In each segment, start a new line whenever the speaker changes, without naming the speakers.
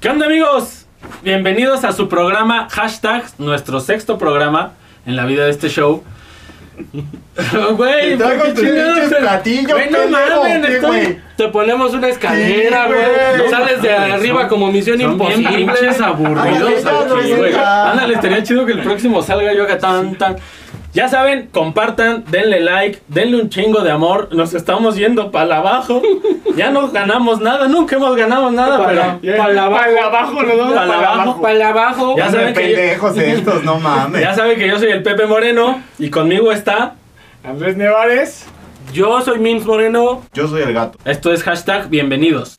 ¿Qué onda amigos? Bienvenidos a su programa hashtag, nuestro sexto programa en la vida de este show. Güey,
Entra
¿por qué
con tus
chingados
pinches
te-
platillos,
Güey, no
pendejo,
mamen,
¿qué,
estoy-
güey?
Te ponemos una escalera,
Sí,
güey.
güey.
Sales de
Son-
arriba como
Son
misión
bien
imposible.
pinches aburridos
Ah,
aquí,
ya,
güey.
ya.
Ándale, estaría chido que el próximo salga yo acá tan, tan. Ya saben, compartan, denle like, denle un chingo de amor. Nos estamos yendo para abajo. Ya no ganamos nada, nunca hemos ganado nada,
Para,
pero
para abajo,
abajo, los dos.
para abajo.
para abajo.
Ya
Hombre,
saben que yo-
pendejos estos, no mames.
Ya saben que yo soy el Pepe Moreno y conmigo está.
Andrés Nevares.
Yo soy Mims Moreno.
Yo soy el gato.
Esto es hashtag bienvenidos.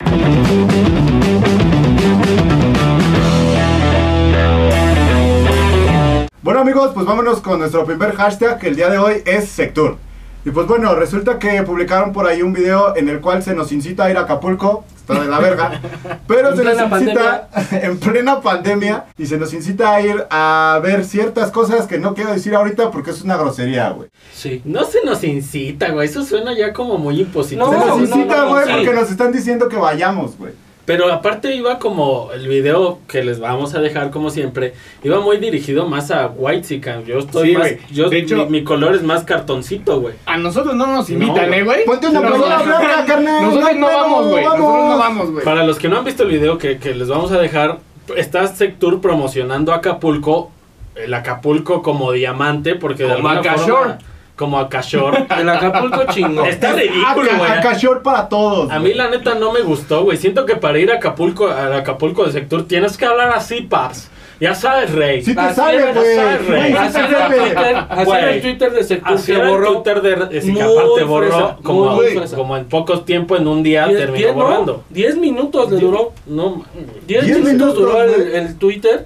Bueno amigos, pues vámonos con nuestro primer hashtag que el día de hoy es Sectur. Y pues bueno, resulta que publicaron por ahí un video en el cual se nos incita a ir a Acapulco, está de la verga, pero
En
se nos
plena
incita en plena pandemia y se nos incita a ir a ver ciertas cosas que no quiero decir ahorita porque es una grosería, güey.
Sí.
No se nos incita, güey. Eso suena ya como muy impositivo.
No,
se nos
no,
incita,
no, no,
güey,
sí.
porque nos están diciendo que vayamos, güey.
Pero aparte iba como el video que les vamos a dejar como siempre, iba muy dirigido más a White Yo estoy
Sí,
más,
güey.
yo,
De hecho-
mi, mi color es más cartoncito, güey.
A nosotros no nos invitan,
No,
¿eh, güey?
Ponte una
Nos-
playera blanca, carnal.
Nosotros no
hay pedo,
vamos, güey. Nosotros no vamos, güey.
Para los que no han visto el video que, que les vamos a dejar, está Sectur promocionando Acapulco, el Acapulco como diamante, porque de
Como
alguna
Acashore.
forma- como Acashore.
El Acapulco chingón.
está ridículo,
Aca-
güey.
Acashore para todos.
A
güey.
mí la neta no me gustó, güey. Siento que para ir a Acapulco, al Acapulco de sector, tienes que hablar así, paps. Ya sabes, rey.
Sí te
Así
sale,
era,
güey.
sale,
Güey, sí
Así
te
era el Twitter,
sale.
así
Güey.
era el Twitter de sector
Así
que
era el
borró.
Twitter de es que
Muy
aparte borró
fresa,
como,
muy
como-
fresa.
como en pocos tiempo, en un día
Diez-
terminó
diez, ¿no?
borrando.
10 minutos le duró.
No, mames.
10
Diez
minutos,
minutos,
duró el,
güey.
el Twitter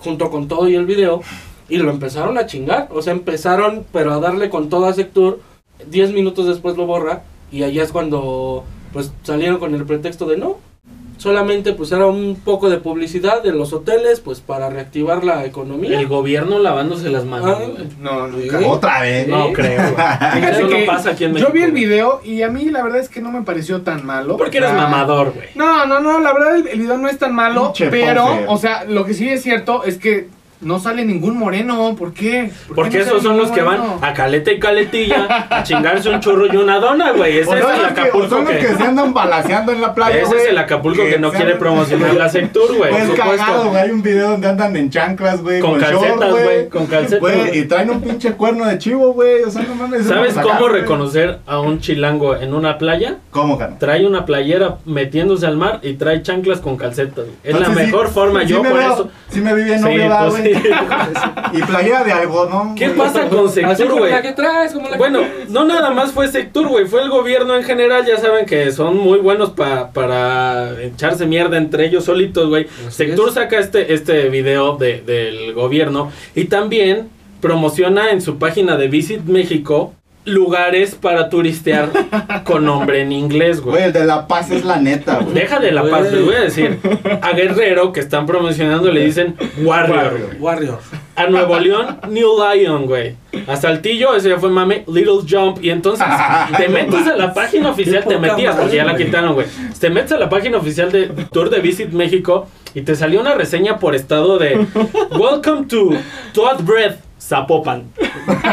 junto con todo y el video. Y lo empezaron a chingar. O sea, empezaron, pero a darle con todo a Sectur. 10 minutos después lo borra. Y allá es cuando pues salieron con el pretexto de no. Solamente pues era un poco de publicidad de los hoteles, pues para reactivar la economía.
el gobierno lavándose las manos.
Ah,
güey.
No, nunca.
Sí.
Otra vez.
No
Sí.
creo. güey.
Fíjate
Eso no
que
pasa aquí en México.
Yo vi el
güey.
video y a mí la verdad es que no me pareció tan malo.
Porque eres
Ah.
mamador, güey.
No, no, no, la verdad el, el video no es tan malo,
Pinche
pero,
poser.
o sea, lo que sí es cierto es que no sale ningún moreno, ¿por qué? ¿Por qué
Porque
no
esos
sale
son los
ningún
que
moreno?
van a caleta y caletilla a chingarse un churro y una dona, güey. Ese
O
es
son
el
los Pues que- o
Acapulco
son los que
que...
se andan balaseando en la playa.
Ese
güey.
es el Acapulco que no
se
quiere
andan-
promocionar la Sectur, güey.
Pues
supuesto.
cagado, güey. Hay un video donde andan en chanclas, güey.
Con
short,
calcetas, güey. Con calcetas.
Güey, y
güey.
traen un pinche cuerno de chivo, güey. O sea, no mames. eso
¿Sabes
no lo sacaron,
cómo
güey.
reconocer a un chilango en una playa?
¿Cómo, carnal?
Trae una playera metiéndose al mar y trae chanclas con calcetas. güey. Es la
Entonces, sí-
mejor forma,
sí
yo
me
por
veo-
eso.
Sí me vi bien
Sí,
novio, va,
pues,
güey.
sí.
Y playera de algodón.
¿Qué
güey.
pasa con
Así
Sectur,
como la
güey?
que traes, como la
Bueno,
que traes.
no nada más fue Sectur, güey, fue el gobierno en general, ya saben que son muy buenos pa- para echarse mierda entre ellos solitos, güey.
Así
Sectur
es.
saca este, este video de- del gobierno y también promociona en su página de Visit México lugares para turistear con nombre en inglés, güey.
Güey, el de La Paz es la neta, güey.
Deja de la paz,
Güey.
les voy a decir. A Guerrero, que están promocionando, le dicen Warrior. güey.
Warrior.
A Nuevo León, New Lion, güey. A Saltillo, ese ya fue mame, Little Jump. Y entonces te metes a la página oficial, te
poca
metías, porque ya la
madre,
quitaron, güey. Te metes a la página oficial de Tour de Visit México y te salió una reseña por estado de Welcome to Toad Breath, Zapopan.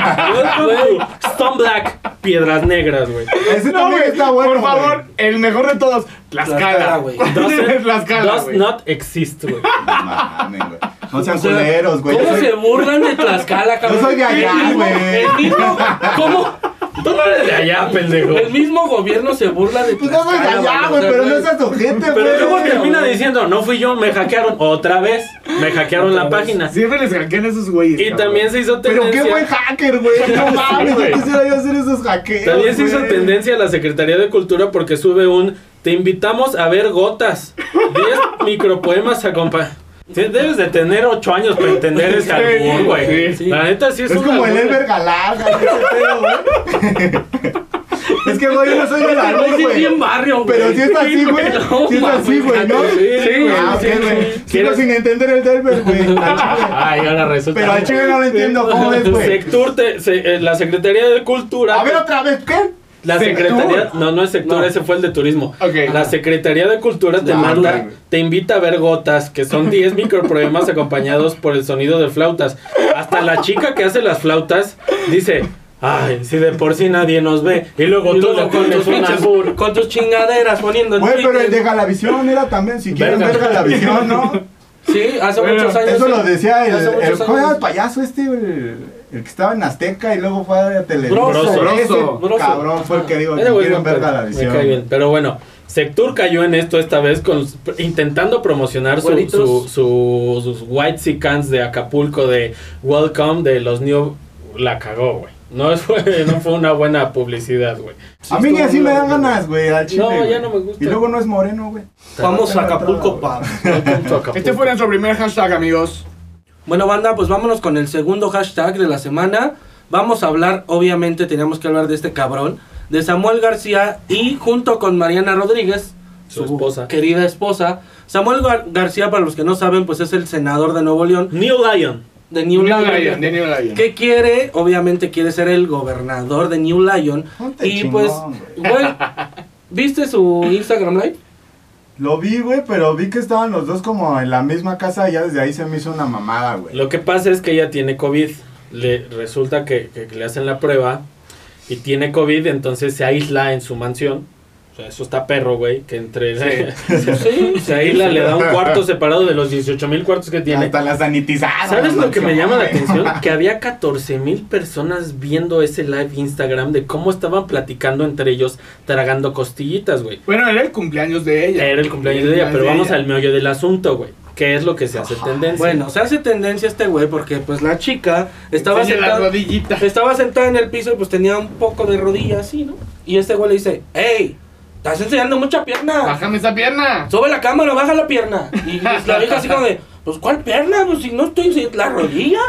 Welcome to Stone Black, Piedras Negras, güey.
Ese
No,
también
güey,
está bueno,
por favor,
güey.
el mejor de todos,
Tlaxcala,
Tlaxcala.
güey.
Doesn't-
Tlaxcala,
Does
güey.
not exist, güey.
No mames, güey. No sean
O sea,
culeros, güey. Yo
¿Cómo
soy-
se burlan de Tlaxcala, cabrón?
soy de allá,
El mismo-
güey.
El mismo, ¿cómo?
Tú no eres de allá, pendejo.
El mismo gobierno se burla de
Pues no soy de allá, güey, pero no seas ojete,
Pero luego
güey.
termina diciendo, no fui yo, me hackearon otra vez. Me hackearon la página.
Siempre les hackean a esos güeyes.
Y
cabrón.
también se hizo
Pero
tendencia.
qué buen hacker, güey. No mames,
güey.
yo quisiera yo hacer esos hackeos.
También se hizo
güey.
tendencia a la Secretaría de Cultura porque sube un Te invitamos a ver gotas. 10 micropoemas acompa. Sí, Debes de tener 8 años para entender ese
Sí,
albur, güey.
sí.
La neta sí es,
Es
un
como el
albur.
Elber Galaga, ese pedo, güey. Es que, güey, yo no soy del
Pero
albur,
sí es
güey.
bien barrio, güey.
Pero si es así, güey.
No
Si es así,
mames,
güey, ¿no?
sí, güey,
Ah,
sí,
ok,
sí.
güey. Sigo
¿Quieres?
sin entender el Delver, güey. Al chile.
Ay, ahora resulta.
Pero al chile no lo entiendo. ¿Cómo ves, güey?
Sectur te- se- eh, la Secretaría de Cultura.
A ver otra vez, ¿qué?
La
¿Sector?
Secretaría, no, no es sector,
No.
ese fue el de turismo.
Ok.
La Secretaría de Cultura te
No,
manda,
hombre.
te invita a ver gotas, que son 10 micropoemas acompañados por el sonido de flautas. Hasta la chica que hace las flautas dice, ay, si de por sí nadie nos ve. Y luego
Y
tú
luego
lo pones un
pinches-
albur.
con tus chingaderas poniendo en
Güey, pero
Twitter.
el de Galavisión era también, si quieren
Verga.
ver Galavisión, ¿no?
Sí, hace
Bueno,
muchos años.
Eso
sí.
lo decía el,
Hace muchos
el, ¿cómo
años.
era el payaso este, el, el que estaba en Azteca y luego fue a Televisa.
Broso.
Ese
Broso.
Cabrón, fue el que digo, si
Ese güey es
quieren
buen
ver
pedo,
Galavisión.
pues, me cae bien. Pero bueno, Sectur cayó en esto esta vez con, intentando promocionar su,
Güeritos.
su- su- sus White Seacans de Acapulco de Welcome de los New. La cagó, güey. No fue, no fue una buena publicidad, güey.
A mí ni
estuvo
así
muy
me dan
bueno.
ganas, güey, al chile.
No, ya
güey.
no me gusta.
Y luego no es moreno, güey.
Vamos a
Acapulco.
Acapulco, pa.
Welcome to Acapulco.
Este fue nuestro primer hashtag, amigos.
Bueno, banda, pues vámonos con el segundo hashtag de la semana. Vamos a hablar, obviamente, teníamos que hablar de este cabrón, de Samuel García y junto con Mariana Rodríguez,
Su esposa.
querida esposa. Samuel Gar- García, para los que no saben, pues es el senador de Nuevo León,
Neil Lion.
de New,
Neil
Lion.
Lion, de Neil Lion.
¿Qué quiere? Obviamente quiere ser el gobernador de New Lion.
Ponte
Y
chingón,
pues,
güey.
güey, ¿viste su Instagram Live?
Lo vi, güey, pero vi que estaban los dos como en la misma casa y ya desde ahí se me hizo una mamada, güey.
Lo que pasa es que ella tiene COVID. Le resulta que, que le hacen la prueba y tiene COVID, entonces se aísla en su mansión. O sea, eso está perro, güey, que entre...
Sí,
Se aísla, le da un cuarto separado de los 18 mil cuartos que tiene.
Hasta la sanitizaron.
¿Sabes
no
lo que me
manches,
llama la
güey.
atención? Que había 14 mil personas viendo ese live Instagram de cómo estaban platicando entre ellos, tragando costillitas, güey.
Bueno, era el cumpleaños de ella.
Era el cumpleaños de ella, pero vamos al meollo del asunto, güey. ¿Qué es lo que se hace tendencia?
Bueno, se hace tendencia este güey porque pues la chica estaba
Estaba la
sentada,
rodillita.
estaba sentada en el piso y pues tenía un poco de rodilla así, ¿no? Y este güey le dice, hey, estás enseñando mucha pierna.
Bájame esa pierna.
Sube la cámara, baja la pierna. Y pues, la vieja así como de, pues ¿cuál pierna? Pues si no estoy enseñando la rodilla.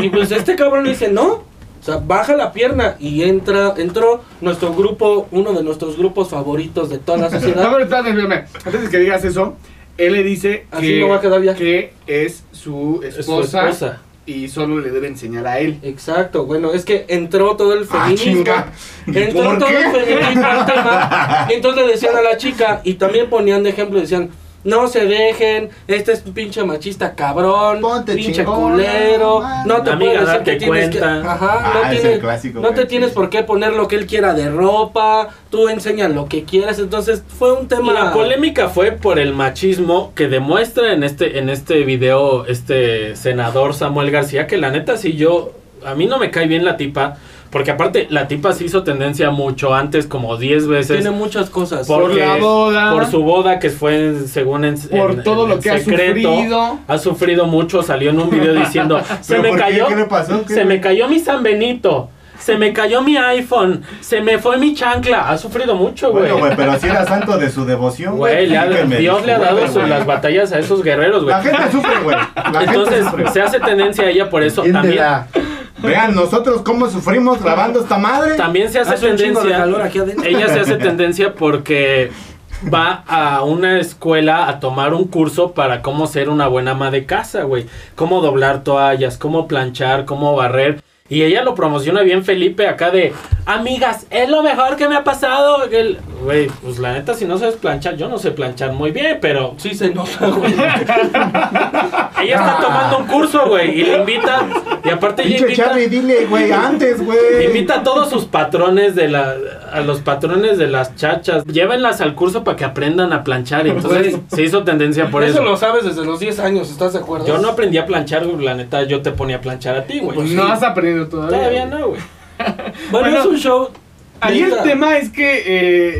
Y pues este cabrón le dice, no. O sea, baja la pierna y entra, entró nuestro grupo, uno de nuestros grupos favoritos de toda la
No,
sociedad.
pero espérate, espérame. Antes de que digas eso, él le dice
Así
que,
me voy a quedar ya.
que es su
es su
esposa,
esposa.
y solo le debe enseñar a él.
Exacto, bueno, es que entró todo el
Ah,
feminismo.
chinga.
entró
¿Por
todo
qué?
el feminismo al tema. Entonces le decían a la chica y también ponían de ejemplo, decían, no se dejen, este es un pinche machista cabrón,
Ponte
pinche
chingona,
culero, no te
Amiga,
puedo decir
date
que tienes que-
cuenta.
Ajá,
Ah,
no,
es el
tienes,
clásico,
no te
güey,
tienes
sí.
por qué poner lo que él quiera de ropa, tú enseñas lo que quieras, entonces fue un tema...
La polémica fue por el machismo que demuestra en este, en este video este senador Samuel García, que la neta sí yo, a mí no me cae bien la tipa, porque aparte la tipa se hizo tendencia mucho antes, como 10 veces.
Tiene muchas cosas.
Porque-
Por la boda.
Por su boda que fue en- según en,
por
en-
todo
en
lo que
secreto.
ha sufrido.
Ha sufrido mucho, salió en un video diciendo, se
¿Pero
me
por qué?
cayó,
¿Qué le pasó? ¿Qué?
se me cayó mi San Benito, se me cayó mi iPhone, se me fue mi chancla, ha sufrido mucho, güey.
Bueno, güey, pero si era santo de su devoción,
Güey, le ha-
Dígame,
Dios le ha dado
güey,
su-
güey.
las batallas a esos guerreros, güey.
La gente sufre, güey. La gente
Entonces
sufre.
se hace tendencia a ella por eso. También,
Entiéndela. Vean nosotros cómo sufrimos lavando esta madre.
también se hace,
Hace un chingo de
tendencia.
calor aquí adentro.
ella se hace tendencia porque va a una escuela a tomar un curso para cómo ser una buena ama de casa, güey. Cómo doblar toallas, cómo planchar, cómo barrer. Y ella lo promociona bien Felipe acá de, amigas, es lo mejor que me ha pasado. El- Güey, pues la neta, si no sabes planchar, yo no sé planchar muy bien, pero
Sí se nota, güey.
Ella está tomando un curso, güey, y le invita. Y aparte ella
Pinche
invita,
Charlie, dile, güey, antes, güey.
invita a todos sus patrones de la, a los patrones de las chachas. Llévenlas al curso para que aprendan a planchar. Y entonces
Güey.
se hizo tendencia por eso.
lo sabes desde los 10 años, ¿estás de acuerdo?
Yo no aprendí a planchar, güey, la neta, yo te ponía a planchar a ti,
Pues
güey.
no has aprendido todavía.
Todavía no, güey.
Bueno,
Bueno,
es un show.
Ahí el
neta.
tema es que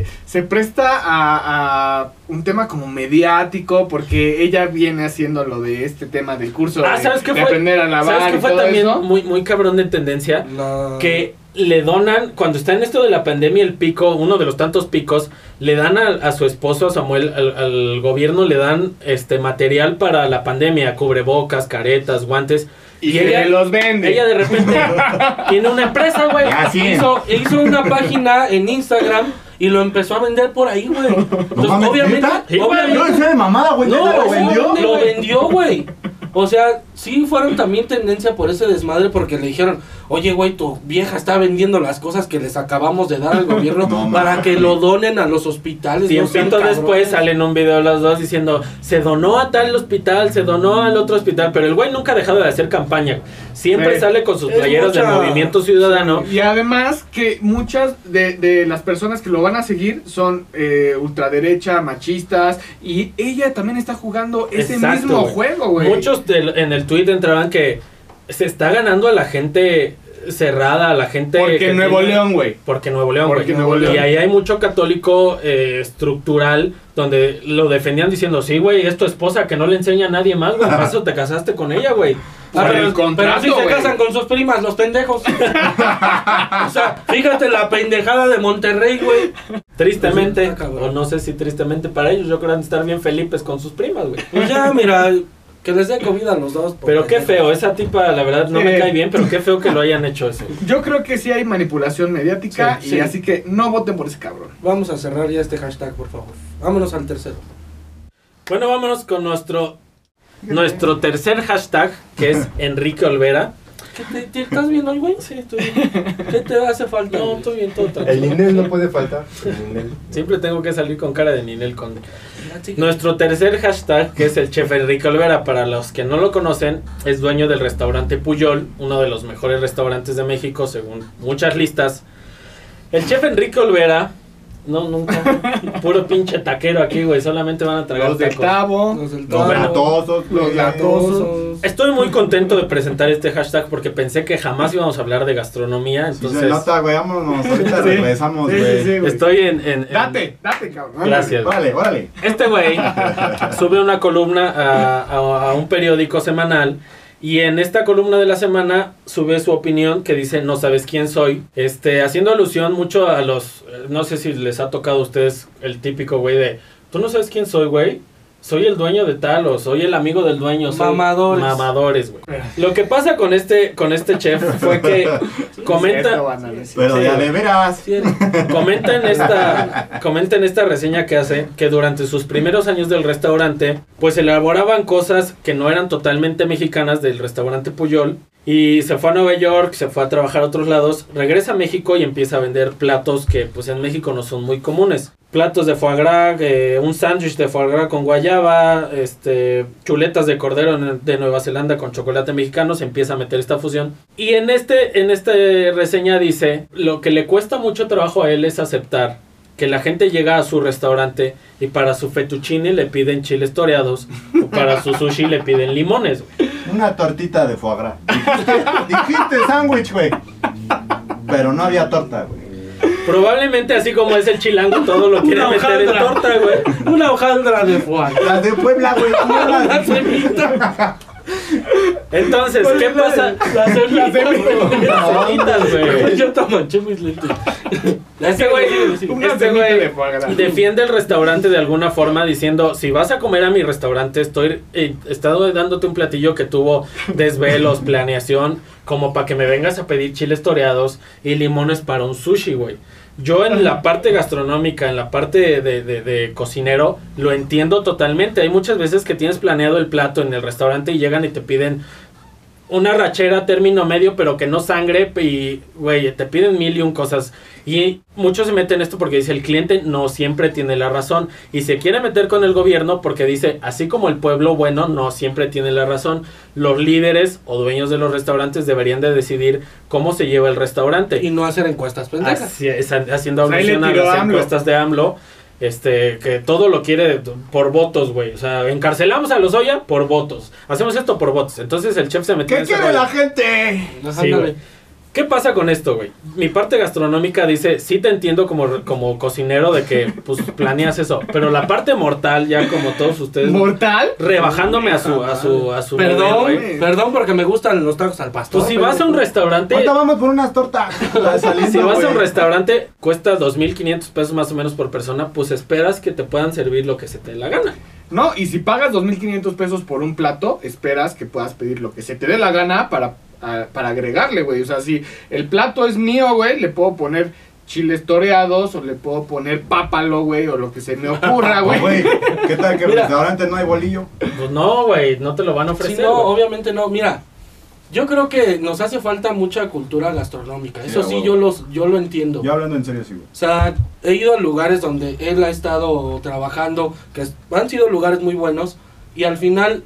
eh, se presta a, a un tema como mediático porque ella viene haciendo lo de este tema del curso
Ah,
de,
¿sabes qué
de
fue?
aprender a lavar
¿Sabes qué
y
fue
todo
también
eso.
muy, muy cabrón de tendencia?
La-
que le donan, cuando está en esto de la pandemia, el pico, uno de los tantos picos, le dan a, a su esposo, a Samuel, al, al gobierno le dan este material para la pandemia, cubrebocas, caretas, guantes.
Y,
Y
se
ella-
los vende.
Ella de repente tiene una empresa, güey.
Así es.
hizo, hizo una página en Instagram y lo empezó a vender por ahí, güey. Entonces,
No mames,
obviamente,
¿neta?
Sí, güey,
No, en
obviamente,
serio, de mamada, güey.
no,
¿Neta lo
güey,
vendió?
lo vendió, güey. O sea, sí fueron también tendencia por ese desmadre porque le dijeron, oye, güey, tu vieja está vendiendo las cosas que les acabamos de dar al gobierno
No,
para
mames.
que lo donen a los hospitales. no sean
Tiempito
cabrones".
después salen un video los dos diciendo se donó a tal hospital, se donó al otro hospital, pero el güey nunca ha dejado de hacer campaña. Siempre
Sí.
sale con sus
Es
playeros de
mucha-
Movimiento Ciudadano.
Y además que muchas de, de las personas que lo van a seguir son eh, ultraderecha, machistas, y ella también está jugando ese
Exacto,
mismo
güey.
juego, güey.
Muchos del- en el tweet entraban que se está ganando a la gente cerrada, a la gente
Porque
que
Nuevo
tiene-
León, güey.
Porque Nuevo León,
Porque
güey.
Nuevo León.
Y ahí hay mucho católico eh, estructural donde lo defendían diciendo, sí, güey, es tu esposa que no le enseña a nadie más, güey. Por eso te casaste con ella, güey.
Por
Ah,
el
pero,
contrato,
pero sí se
güey.
casan con sus primas, los pendejos. o sea, fíjate la pendejada de Monterrey, güey.
Tristemente,
Pues Está cabrón.
o no sé si tristemente para ellos, yo creo que han de estar bien felices con sus primas, güey.
Pues ya, mira, que les dé comida a los dos. por
Pero qué
pendejo.
feo, esa tipa, la verdad, no me
Eh.
cae bien, pero qué feo que lo hayan hecho eso.
Yo creo que sí hay manipulación mediática
Sí,
y
sí.
así que no voten por ese cabrón.
Vamos a cerrar ya este hashtag, por favor. Vámonos al tercero.
Bueno, vámonos con nuestro nuestro tercer hashtag, que es Enrique Olvera.
¿Qué te, te- ¿Estás bien hoy, güey?
Sí, estoy bien.
¿Qué te hace falta?
No, estoy bien todo
El
tranquilo.
Ninel no puede faltar. El Ninel.
Siempre tengo que salir con cara de Ninel Conde.
Ya, chica.
Nuestro tercer hashtag, que es el chef Enrique Olvera, para los que no lo conocen, es dueño del restaurante Puyol, uno de los mejores restaurantes de México, según muchas listas. El chef Enrique Olvera, no, nunca, puro pinche taquero aquí, güey, solamente van a tragar
Los del
tacos.
Tavo,
Los del
Los
Tavo,
latosos,
los
güey.
latosos.
Estoy muy contento de presentar este hashtag porque pensé que jamás íbamos a hablar de gastronomía,
Si se
entonces
nota, güey, vámonos. Ahorita
Sí.
regresamos,
Sí, sí,
güey.
sí, güey.
estoy en... en- en-
Date, date, cabrón.
Gracias.
Órale, órale.
Este güey sube una columna a, a- a un periódico semanal y en esta columna de la semana sube su opinión que dice no sabes quién soy, este haciendo alusión mucho a los eh, no sé si les ha tocado a ustedes el típico güey de tú no sabes quién soy, güey. Soy el dueño de tal o soy el amigo del dueño, soy
Mamadores.
mamadores, güey. Lo que pasa con este con este chef fue que comenta
Esto, Ana, sí.
Pero
Sí,
ya
güey.
de veras.
Sí eres.
Comenta en esta, comenta en esta reseña que hace que durante sus primeros años del restaurante, pues elaboraban cosas que no eran totalmente mexicanas del restaurante Puyol. Y se fue a Nueva York, se fue a trabajar a otros lados, regresa a México y empieza a vender platos que pues en México no son muy comunes. Platos de foie gras, eh, un sándwich de foie gras con guayaba, este, chuletas de cordero en- de Nueva Zelanda con chocolate mexicano, se empieza a meter esta fusión. Y en este, en esta reseña dice, lo que le cuesta mucho trabajo a él es aceptar que la gente llega a su restaurante y para su fettuccine le piden chiles toreados o para su sushi le piden limones. güey.
Una tortita de foie gras. Dijiste, dijiste sándwich, güey. Pero no había torta, güey.
Probablemente así como es el chilango, todo lo quiere
Una
meter en
hojaldra.
torta, güey.
Una hojaldra de foie.
Las de Puebla, güey. ¿cómo
Una
las-
semita.
Entonces, ¿qué pasa?
Las semillas, güey.
Las semitas, güey.
Yo te manché mis lentes.
Este güey,
Una
este
semita
güey
de foie gras.
defiende el restaurante de alguna forma diciendo, si vas a comer a mi restaurante, estoy eh, estado dándote un platillo que tuvo desvelos, planeación, como para que me vengas a pedir chiles toreados y limones para un sushi, güey. Yo en la parte gastronómica, en la parte de, de- de cocinero, lo entiendo totalmente. Hay muchas veces que tienes planeado el plato en el restaurante y llegan y te piden una rachera término medio, pero que no sangre y, güey, te piden mil y un cosas. Y muchos se meten en esto porque dice el cliente no siempre tiene la razón y se quiere meter con el gobierno porque dice, así como el pueblo bueno no siempre tiene la razón, los líderes o dueños de los restaurantes deberían de decidir cómo se lleva el restaurante.
Y no hacer encuestas pendejas.
Así es, haciendo
O sea, Pues ahí le
alusión a
tiró
las
a AMLO.
encuestas de AMLO. Este, que todo lo quiere por votos, güey. O sea, encarcelamos a los Oya por votos. Hacemos esto por votos. Entonces el chef se metió en
¿Qué
ese
quiere
rollo.
la gente?
Ajá,
Ah, Sí, güey.
ándale.
¿Qué pasa con esto, güey? Mi parte gastronómica dice, sí te entiendo como, como cocinero de que pues planeas eso, pero la parte mortal, ya como todos ustedes,
¿Mortal?
rebajándome a su, a su, a su nivel,
Perdón,
güey.
güey.
perdón porque me gustan los tacos al pastor.
Pues si vas a un restaurante,
Ahorita vamos por unas tortas. Las saliendo,
si vas a
güey.
un restaurante, cuesta 2.500 pesos más o menos por persona, pues esperas que te puedan servir lo que se te dé la gana.
No, y si pagas 2.500 pesos por un plato, esperas que puedas pedir lo que se te dé la gana para, a- para agregarle, güey. O sea, si el plato es mío, güey, le puedo poner chiles toreados o le puedo poner pápalo, güey, o lo que se me ocurra,
Ah,
güey.
Güey, ¿qué tal que en el
Mira.
restaurante no hay bolillo?
Pues no, güey, no te lo van a
Sí,
ofrecer.
no,
güey.
obviamente no. Mira, yo creo que nos hace falta mucha cultura gastronómica. Eso
Sí,
sí,
a huevo.
yo, los, yo lo entiendo.
Yo hablando en serio, sí, güey.
O sea, he ido a lugares donde él ha estado trabajando, que es- han sido lugares muy buenos, y al final,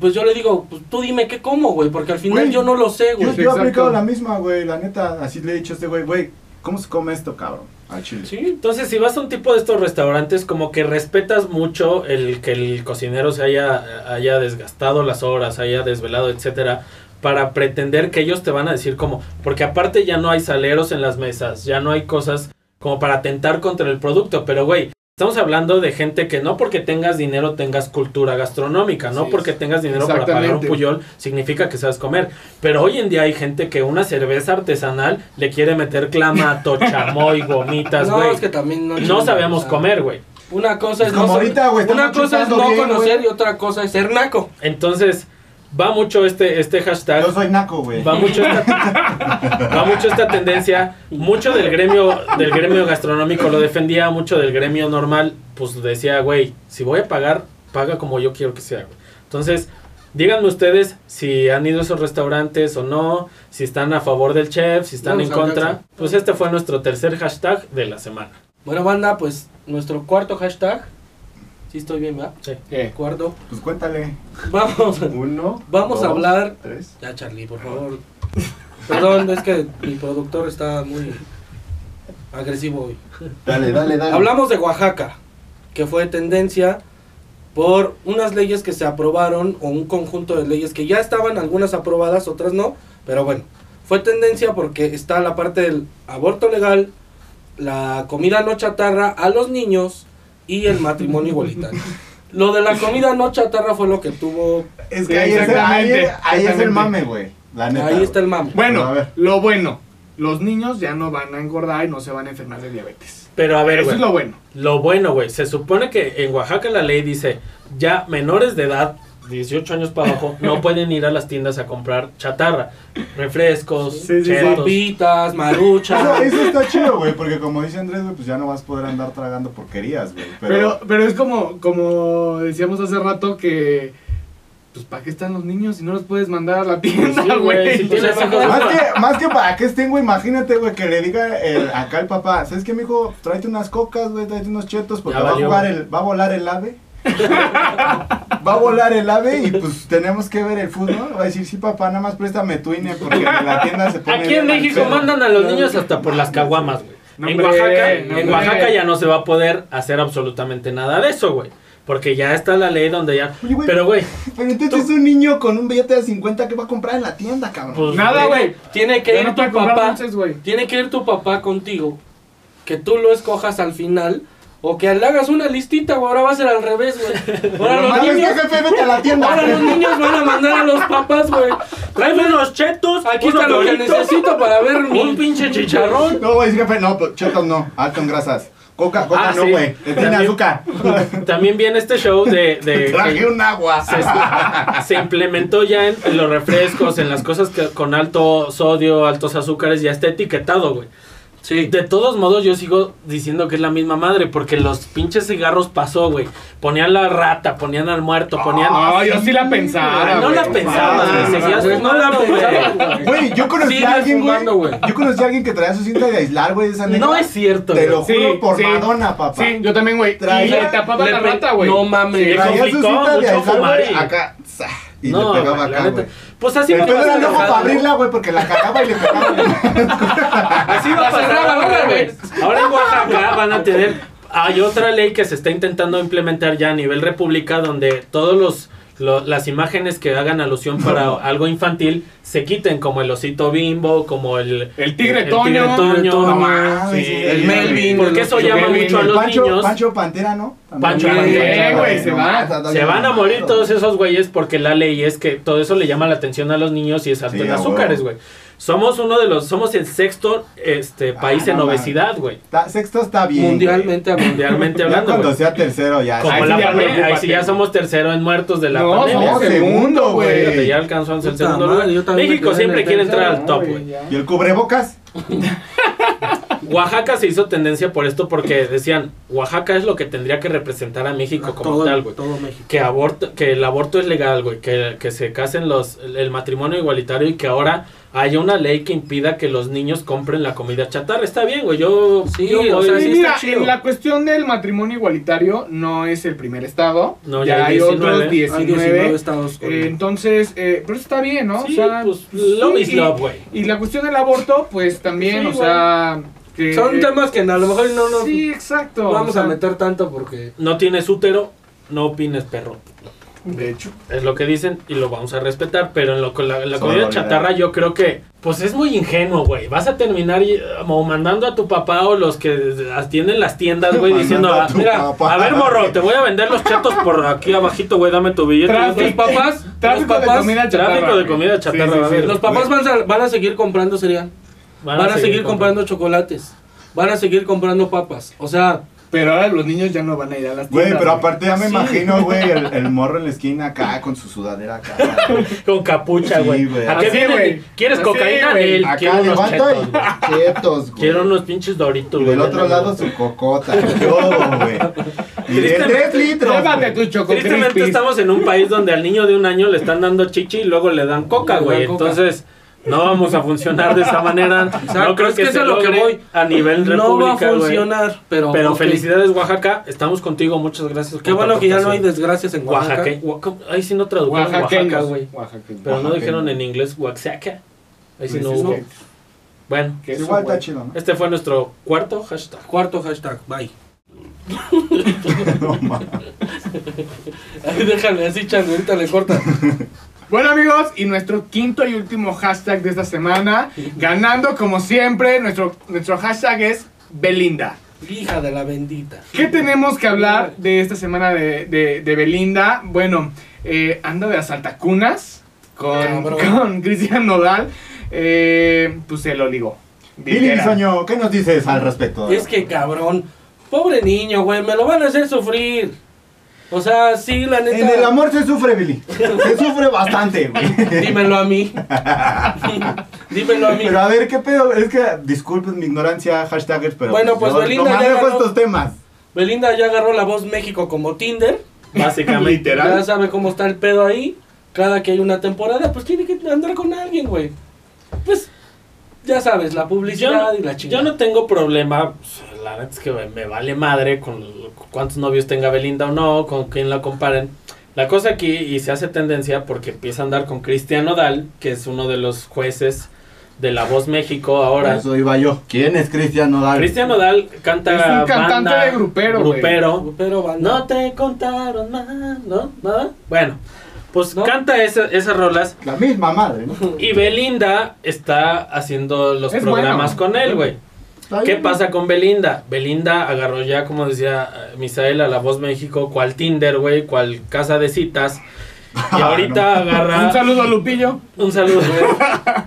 pues yo le digo, pues tú dime qué como, güey, porque al final
Güey,
yo no lo sé,
Yo,
güey.
yo he
exacto.
aplicado la misma, güey, la neta. Así le he dicho a este güey, güey, ¿cómo se come esto, cabrón? Al chile.
Sí,
Entonces, si vas a un tipo de estos restaurantes, como que respetas mucho el que el cocinero se haya, haya desgastado las horas, haya desvelado, etcétera, para pretender que ellos te van a decir como, porque aparte ya no hay saleros en las mesas, ya no hay cosas como para atentar contra el producto, pero güey, estamos hablando de gente que no porque tengas dinero tengas cultura gastronómica, no
Así
porque
es.
tengas dinero para pagar un
Exactamente.
puyol significa que sabes comer, pero hoy en día hay gente que una cerveza artesanal le quiere meter clamato, chamoy, gomitas,
no,
güey.
es que también no.
No sabemos
o sea,
comer, güey.
Una cosa
Es
es,
como
no, saber-
ahorita, güey, estamos
una cosa es
chupando
no
bien,
conocer
güey.
y otra cosa es ser naco.
Entonces, va mucho este, este hashtag.
Yo soy naco, güey.
Va mucho, esta, va mucho esta tendencia. Mucho del gremio, del gremio gastronómico lo defendía, mucho del gremio normal, pues decía, güey, si voy a pagar, paga como yo quiero que sea. güey". Entonces, díganme ustedes si han ido a esos restaurantes o no, si están a favor del chef, si están
No,
en
nos
contra.
alcanza.
Pues este fue nuestro tercer hashtag de la semana.
Bueno, banda, pues nuestro cuarto hashtag. Sí, estoy bien, ¿verdad?
Eh,
Cuarto.
Pues cuéntale.
Vamos,
Uno.
Vamos
dos,
a hablar-
Tres.
Ya, Charlie, por favor. Perdón, es que mi productor está muy agresivo hoy.
Dale, dale, dale.
Hablamos de Oaxaca, que fue tendencia por unas leyes que se aprobaron o un conjunto de leyes que ya estaban algunas aprobadas, otras no, pero bueno, fue tendencia porque está la parte del aborto legal, la comida no chatarra a los niños y el matrimonio igualitario. Lo de la comida no chatarra fue lo que tuvo...
Es
Sí,
que ahí, es el, ahí,
exactamente,
ahí es
exactamente.
el mame, güey. La neta.
Ahí está el mame.
A
Bueno,
ver.
lo bueno, los niños ya no van a engordar y no se van a enfermar de diabetes.
Pero a ver,
Eso
güey.
es lo bueno.
Lo bueno, güey, se supone que en Oaxaca la ley dice, ya menores de edad, 18 años para abajo, no pueden ir a las tiendas a comprar chatarra, refrescos,
Sí, sí, sí.
chetos.
Papitas, marucha...
Eso, eso está chido, güey, porque como dice Andrés, güey, pues ya no vas a poder andar tragando porquerías, güey.
Pero,
Pero,
pero es como, como decíamos hace rato que. Pues, ¿para qué están los niños si no los puedes mandar a la
Pues Sí,
tienda,
güey,
güey?
si tienes
o sea,
hijos-
más, que, más que para qué estén, güey, imagínate, güey, que le diga el- acá el papá, ¿sabes qué, mijo? Tráete unas cocas, güey, tráete unos chetos, porque
Ya
va a
valió,
jugar
güey.
el, va a volar el ave. Va a volar el ave y pues tenemos que ver el fútbol. Va a decir, sí, papá, nada más préstame tu INE porque en la tienda se pone.
Aquí en
bien al
México
pedo".
mandan a los niños hasta por las caguamas, güey.
No,
en,
hombre,
Oaxaca,
no,
en
hombre.
Oaxaca ya no se va a poder hacer absolutamente nada de eso, güey. Porque ya está la ley donde ya...
Oye, güey,
Pero, güey,
Pero entonces un niño con un billete de 50 que va a comprar en la tienda, cabrón.
pues...
Nada, güey.
Tiene que
Ya
ir
no
tu
puede comprar
papá.
dulces, güey.
Tiene que ir tu papá contigo. Que tú lo escojas al final. O que le hagas una listita, güey. Ahora va a ser al revés, güey. Ahora los
Mames,
niños.
que jefe, vete a la
Ahora los
tienda.
niños van a mandar a los papás, güey.
Tráeme unos chetos,
Aquí
unos
está lo que
doritos,
necesito para ver mi
un pinche chicharrón.
No, güey, jefe, no, pero chetos no, alto en grasas. Coca, coca
Ah,
no,
sí.
güey, que tiene
También-
azúcar.
También viene este show de... de
Traje un agua.
se, se implementó ya en, en los refrescos, en las cosas que, con alto sodio, altos azúcares, ya está etiquetado, güey.
Sí.
De todos modos, yo sigo diciendo que es la misma madre, porque los pinches cigarros pasó, güey. Ponían la rata, ponían al muerto, ponían...
Ah,
No, yo sí la pensaba.
Ah, no
güey,
la
no
pensaba,
mames.
seguías
No
fumando,
la
güey.
pensaba, güey.
Güey, yo conocí
Sigues
a alguien, güey.
fumando, güey.
Yo conocí a alguien que traía su cinta de aislar, güey, esa negra.
No es cierto,
Te
güey.
lo juro
Sí,
por
sí.
Madonna, papá.
Sí, yo también, güey. Y
Traía-
le tapaba
le
la
pe-
rata, güey.
No mames.
Sí.
Traía su
complicó
cinta de
mucho
aislar,
fumar
güey,
y-
acá. za, Y
No,
le pegaba
güey, la
acá,
neta.
güey.
Pues así
Entonces
vas
era el ojo
alejando,
para abrirla, güey, porque la cagaba y le pegaba.
Así va a pasar
cerraba,
ahora,
güey.
güey. Pues Ahora en Oaxaca van a tener. Hay otra ley que se está intentando implementar ya a nivel república donde todos los. lo- las imágenes que hagan alusión para algo infantil se quiten, como el osito bimbo, como el.
El tigre
el Tigre
Toño.
Toño.
No mames,
Sí,
El
güey.
Melvin.
Porque eso
el-
llama
Melvin,
mucho a
el
los
Pancho,
niños.
Pancho Pantera, ¿no? También.
Pancho
Sí,
Pantera,
güey, se va.
está- está
Se
bien
van a morir
mamado.
todos esos güeyes porque la ley es que todo eso le llama la atención a los niños y es alto
Sí,
en
a
azúcares,
huevo.
güey. Somos uno de los, somos el sexto este país
Ah,
en
no mames.
obesidad, güey.
Está- sexto está bien.
Mundialmente hablando.
Mundialmente
güey. Ya
hablando.
cuando
güey.
sea tercero, ya.
Como
Ahí sí
la
ya
pandemia, ahí sí
preocúpate.
ya somos tercero en muertos de la
No,
pandemia.
No,
somos
segundo,
Fíjate,
güey.
ya alcanzamos el
Puta
segundo
madre, yo
lugar.
también me
México
quedé en
siempre
el
quiere entrar
tercero,
al top, güey.
¿Y el cubrebocas?
Oaxaca se hizo tendencia por esto porque decían, Oaxaca es lo que tendría que representar a México como
todo,
tal, güey.
todo México.
Que, aborto, que el aborto es legal, güey. Que, que se casen los... El, el matrimonio igualitario y que ahora haya una ley que impida que los niños compren la comida chatarra. Está bien, güey. Yo...
Sí,
yo
o
voy-
sea,
Y
sí está
mira,
chido.
en la cuestión del matrimonio igualitario no es el primer estado.
No,
ya,
ya hay
hay
19.
otros
Hay
Hay
19.
19 estados. con-
Eh, entonces, eh, pero está bien, ¿no?
Sí,
o sea,
pues, love
sí,
is
y-
love, güey.
Y la cuestión del aborto, pues también,
Sí,
o
güey.
sea... que-
Son
eh,
temas que a lo mejor no nos
Sí, exacto.
vamos
o sea,
a meter tanto porque...
No tienes útero, no opines, perro.
De hecho.
Es lo que dicen y lo vamos a respetar, pero en lo con la, en la comida
Solidaridad.
chatarra yo creo que pues es muy ingenuo, güey. Vas a terminar y- o mandando a tu papá o los que atienden las tiendas, güey,
Mandando
diciendo,
a
"Ah,
tu
mira,
papá".
a ver, morro, te voy a vender los chatos por aquí abajito, güey, dame tu billete.
Tráfico.
Los papás,
los
Tráfico de
papás-
comida chatarra.
tráfico de
güey.
comida chatarra,
Sí, sí,
va a
sí.
haber.
Los papás van a, van a seguir comprando cereal, van a, seguir, comprando chocolates, van a seguir comprando papas. O sea,
Pero ahora los niños ya no van a ir a las
Güey,
tiendas,
pero aparte ya me
Sí.
imagino, güey, el, el morro en la esquina acá con su sudadera acá. güey.
Con capucha,
Sí,
güey.
güey.
¿A qué
Así,
viene?
güey.
¿Quieres
Así,
cocaína?
güey.
Él, quiero
Acá
unos
levanta
chetos, güey.
y quietos, güey.
Quiero unos pinches doritos,
Y
güey.
del otro lado su cocota. Yo, güey. Y de
Tristemente-
3 litros.
Llévate
güey.
tu choco
Tristemente
Crispies.
estamos en un país donde al niño de un año le están dando chichi y luego le dan coca,
Le dan
güey.
coca.
Entonces, no vamos a funcionar de esa manera. no creo
es
que,
que es
sea
a lo que voy.
a nivel
no va a
república, güey.
funcionar, pero...
Pero
ok.
felicidades, Oaxaca. Estamos contigo, muchas gracias.
Qué
por
bueno
tu
que ya no hay
aportación.
desgracias en Oaxaca.
Oaxaca. Oaxaca. Ahí sí no tradujeron Oaxaca,
Oaxaqueños,
güey.
Oaxaqueños.
Pero no
Oaxaqueños.
dijeron en inglés Oaxaca. Ahí sí no
Pues es
hubo.
que-
Bueno,
que eso,
Igual está
güey.
chido, ¿no?
este fue nuestro cuarto hashtag.
Cuarto hashtag, bye.
No mames.
Ay, déjame así, chango, ahorita le corta.
Bueno amigos, y nuestro quinto y último hashtag de esta semana, ganando como siempre, nuestro, nuestro hashtag es Belinda.
Hija de la bendita.
¿Qué tenemos que hablar de esta semana de, de- de Belinda? Bueno, eh, anda de asaltacunas con,
Cabrón.
con Cristian Nodal, eh, pues se lo ligó.
Billy
Literal.
Bisoño, ¿qué nos dices al respecto?
Es que cabrón, pobre niño, güey, me lo van a hacer sufrir. O sea, sí, la neta.
En el amor se sufre, Billy. Se sufre bastante, güey.
Dímelo a mí. Dímelo a mí.
Pero a ver, ¿qué pedo? Es que disculpen mi ignorancia, hashtagers, pero.
Bueno, pues,
yo
Belinda
no
ya
manejo
ganó.
estos temas.
Belinda ya agarró la voz México como Tinder.
Básicamente.
Ya sabe cómo está el pedo ahí. Cada que hay una temporada, pues tiene que andar con alguien, güey. Pues, ya sabes, la
Pues yo,
publicidad
no,
y la
yo
chingada.
no tengo problema, pues, la verdad es que me, me vale madre con l- cuántos novios tenga Belinda o no, con quién la comparen. La cosa aquí, y se hace tendencia porque empieza a andar con Cristian Nodal, que es uno de los jueces de La Voz México
Por
ahora.
eso iba yo. ¿Quién es Cristian Nodal?
Cristian Nodal canta
Pues, Es un cantante
banda,
de grupero, güey.
grupero.
Pero van.
No te contaron nada, ¿no? ¿Nada? Bueno, pues
¿No?
canta esa- esas rolas
La misma madre, ¿no?
y Belinda está haciendo los
Es
programas
bueno.
con él, güey.
Está
¿Qué
bien.
pasa con Belinda? Belinda agarró ya, como decía eh, Misael, a la voz México, cual Tinder, güey, cual casa de citas. Y ahorita
Ah, Un
agarra.
saludo a Lupillo.
Un saludo, güey.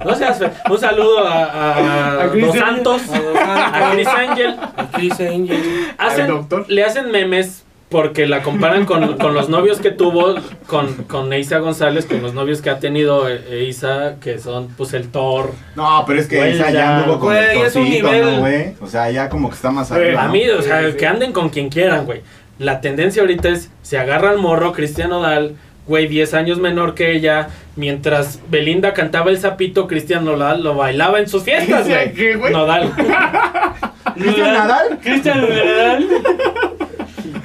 No seas fe- Un saludo a, a,
A Chris
Los
Angel.
Santos,
A Los
a Chris Angel.
A Chris Angel.
Hacen-
Al doctor.
le hacen memes porque la comparan con, con los novios que tuvo, con, con Eiza González, con los novios que ha tenido eh, Eiza, que son, pues, el Thor.
No, pero es que
Güey,
esa
ya,
ya anduvo con
güey,
el
es un
torcito,
nivel-
¿no, güey? O sea, ya como que está más
Güey,
arriba.
A
¿no?
mí, o sea,
Sí, sí.
que anden con quien quieran, güey. La tendencia ahorita es, se agarra al morro Cristian Nodal, güey, 10 años menor que ella, mientras Belinda cantaba el sapito, Cristian Nodal lo bailaba en sus fiestas,
Decía,
güey.
¿qué, güey?
Nodal.
¿Cristian Nadal?
Cristian Nodal.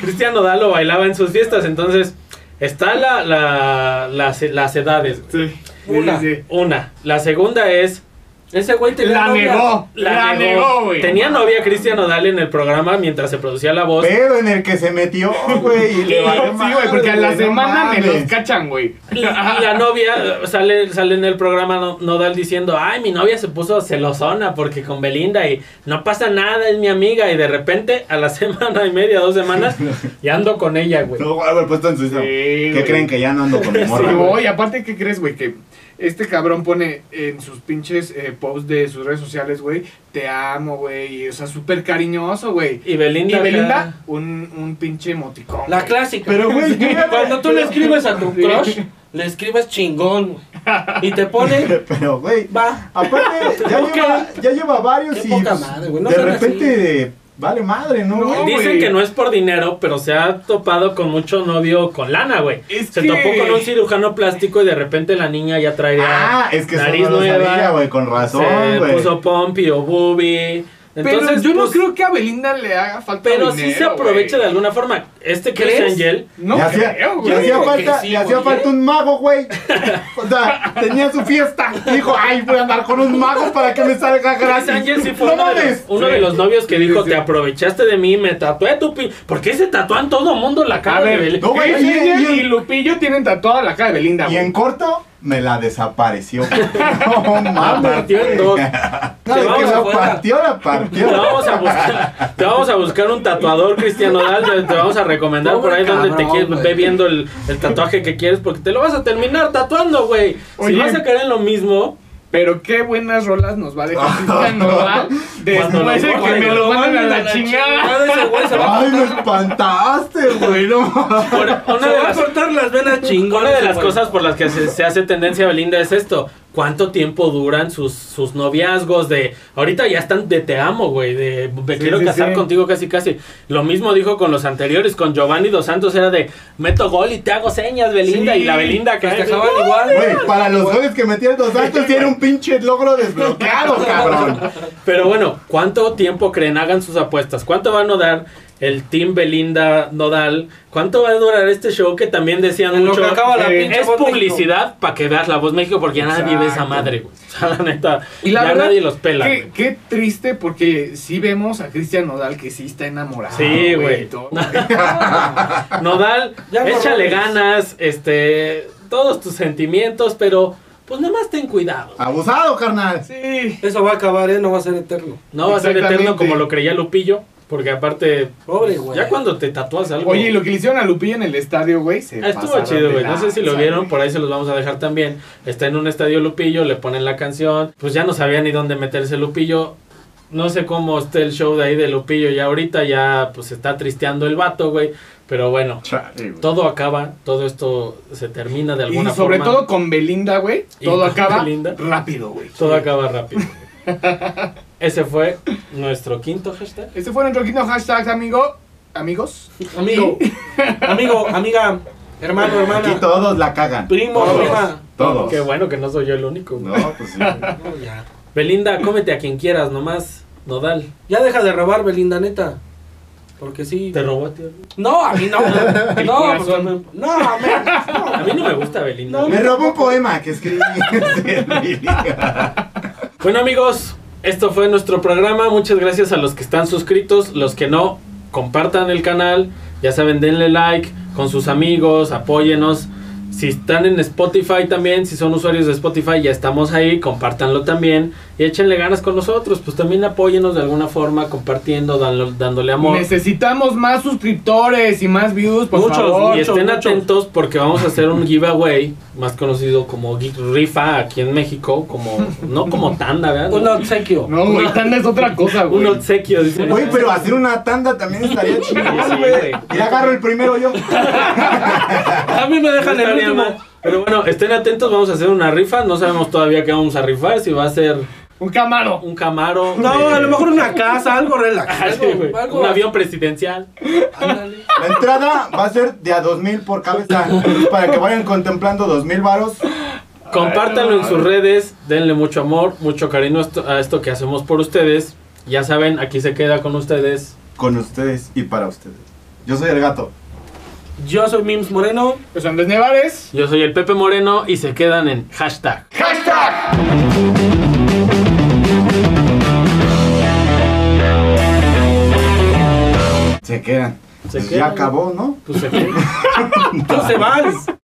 Cristian Nodal lo bailaba en sus fiestas, entonces está la, la, las, las edades. güey.
Sí.
Una.
Sí, sí.
Una. La segunda es
Ese güey tenía
La
novia.
negó. La, negó, güey.
Tenía novia Cristian Nodal en el programa mientras se producía la voz.
Pero en el que se metió, güey. y le valió
Sí, güey,
madre,
porque a la
no
semana me
mames.
los cachan, güey.
Y y la novia eh, sale, sale en el programa no- Nodal diciendo, ay, mi novia se puso celosona porque con Belinda y no pasa nada, es mi amiga. Y de repente, a la semana y media, dos semanas, ya ando con ella, güey.
No, güey, puesto en Suiza.
Sí,
¿Qué
güey.
creen que ya no ando con mi morra?
Sí,
güey?
güey, aparte, ¿qué crees, güey? Que este cabrón pone en sus pinches eh, posts de sus redes sociales, güey, te amo, güey, y, o sea, súper cariñoso, güey.
Y
Y
Belinda...
Belinda, un, un pinche emoticón.
La
güey.
clásica.
Pero, güey,
Cuando tú le escribes a tu
Sí.
crush, le escribes chingón, güey. Y te pone,
Pero, güey,
va.
aparte, ya,
Ok.
lleva, ya lleva varios
Qué
y
poca
pues,
madre, güey, no
de
sean
repente vale madre, ¿no?
No,
güey?
güey.
Dicen que no es por dinero, pero se ha topado con mucho novio con lana, güey.
Es
se
que-
topó con un cirujano plástico y de repente la niña ya traía
Ah, es que eso
nariz
no lo
nueva.
sabía, güey, con razón,
se
güey.
puso pompi o booby.
pero
Entonces,
yo no
pues,
creo que a Belinda le haga falta
Pero
dinero,
sí se aprovecha
güey.
de alguna forma. Este
¿Crees?
Chris Angel
No
le hacía,
creo,
le
güey.
hacía
digo que
falta,
sí,
le hacía
güey,
falta
¿eh?
un mago, güey. O sea, tenía su fiesta. Dijo, ay, voy a andar con un mago para que me salga
Chris
gratis.
Angel sí fue
no
uno, de
mames.
los, uno de los novios que
Sí,
dijo,
sí.
te aprovechaste de mí, me tatué tu pi... ¿Por qué se tatúan todo mundo la cara
A
de
ver,
Belinda?
no, güey,
Chris
y en-
Angel
y en-
y Lupillo tienen tatuada la cara de Belinda,
Y
güey.
en corto, me la desapareció. No
La
mames.
partió en dos.
No,
Te
de que
vamos
la
afuera.
partió, la
Te
partió.
vamos a buscar, te vamos a buscar un tatuador, Cristiano Dal, te- te vamos a recomendar
Pobre
por ahí donde te
cabrón,
quieres,
güey.
ve viendo el, el tatuaje que quieres, porque te lo vas a terminar tatuando, güey. Si
Oye.
vas a caer en lo mismo,
Pero qué buenas rolas nos va a dejar Cristian Nodal
Cuando
después
lo
de que
borren,
me
lo
lo manden a
mandan
la chingada.
ese güey se va a
Ay, me espantaste, güey. No mames.
por- una
se
de
va a
las
cortar las venas chingonas.
Una de las
güey.
cosas por las que se, se hace tendencia a Belinda es esto. ¿Cuánto tiempo duran sus, sus noviazgos de... Ahorita ya están de te amo, güey, de me
Sí,
quiero
sí,
casar
sí.
contigo casi casi. Lo mismo dijo con los anteriores, con Giovanni Dos Santos, era de meto gol y te hago señas, Belinda,
Sí,
y la Belinda que
festejaban igual.
Güey, para los goles que metieron dos santos tiene un pinche logro desbloqueado, cabrón.
Pero bueno, ¿cuánto tiempo creen? Hagan sus apuestas. ¿Cuánto va a dar el Team Belinda Nodal? ¿Cuánto va a durar este show que también decían
En lo
mucho?
que acaba la
eh,
pinche
Es
voz
publicidad para que veas la voz México porque ya nadie ve esa
Exacto.
madre, güey. O sea, la neta,
Y la
ya
verdad,
nadie los pela.
Qué,
güey.
qué triste porque sí vemos a Cristian Nodal que sí está enamorado.
Sí, güey.
y todo.
Nodal,
Ah, Ya no
échale
robes.
ganas, este, todos tus sentimientos, pero pues nada más ten cuidado.
Abusado, carnal.
Sí.
Eso va a acabar, ¿eh? No va a ser eterno.
No va a ser eterno
Exactamente.
como lo creía Lupillo, porque aparte,
Pobre,
pues,
güey.
ya cuando te tatúas algo.
Oye, y lo que le hicieron a Lupillo en el estadio, güey, se
Ah, Estuvo
pasaron
chido,
de
güey. No sé si lo
lanza,
vieron,
güey.
por ahí se los vamos a dejar también. Está en un estadio Lupillo, le ponen la canción. Pues ya no sabía ni dónde meterse Lupillo. No sé cómo esté el show de ahí de Lupillo ya ahorita, ya pues está tristeando el vato, güey. Pero bueno,
Chale, güey.
todo acaba, todo esto se termina de alguna
Y sobre
forma.
todo con Belinda, güey,
Y
todo
con
acaba
Belinda.
rápido, güey.
Todo acaba rápido. Ese fue nuestro quinto hashtag.
Este fue nuestro quinto hashtag, amigo. Amigos.
Amigo, amigo, amiga, hermano,
Aquí
hermana,
todos la cagan.
primo,
Todos.
prima.
Todos.
Qué bueno que no soy yo el único. güey.
No, pues sí.
No, ya.
Belinda, cómete a quien quieras, nomás. Nodal.
Ya deja de robar, Belinda, neta. Porque sí.
Te robó, tío.
No, a mí no. No,
corazón.
porque me- no, a mí no.
A mí no me gusta Belinda.
Me robó un poema que escribí.
Bueno amigos, esto fue nuestro programa. Muchas gracias a los que están suscritos, los que no, compartan el canal. Ya saben, denle like con sus amigos, apóyenos. Si están en Spotify también, si son usuarios de Spotify, ya estamos ahí, compártanlo también y échenle ganas con nosotros. Pues también apóyenos de alguna forma, compartiendo, dando- dándole amor.
Necesitamos más suscriptores y más views, por
Muchos,
favor.
Y estén
muchos.
atentos porque vamos a hacer un giveaway, más conocido como Geek Rifa aquí en México, como no como tanda, ¿verdad?
Un obsequio.
No, güey, tanda es otra cosa,
Un
güey.
obsequio, dice.
Güey, pero hacer una tanda también estaría
Sí,
chingón, güey.
güey.
Y agarro el primero yo.
A mí me dejan
No
el
estaría mal.
último.
Pero bueno, estén atentos, vamos a hacer una rifa. No sabemos todavía qué vamos a rifar, si va a ser
Un camaro.
un camaro.
No,
de-
a lo mejor una casa, algo relax.
Algo, güey,
Algo, algo
un avión presidencial.
Ándale.
La entrada va a ser de a dos mil por cabeza. Para que vayan contemplando dos mil varos.
Compártanlo
Ay,
en sus redes, denle mucho amor, mucho cariño a esto, a esto que hacemos por ustedes. Ya saben, aquí se queda con ustedes.
Con ustedes y para ustedes. Yo soy el gato.
Yo soy Mims Moreno.
Pues Andrés Nevares.
Yo soy el Pepe Moreno y se quedan en hashtag.
Se quedan.
Se
Pues
quedan.
Ya acabó, ¿no?
Pues se quedan. Ah.
Tú se vas.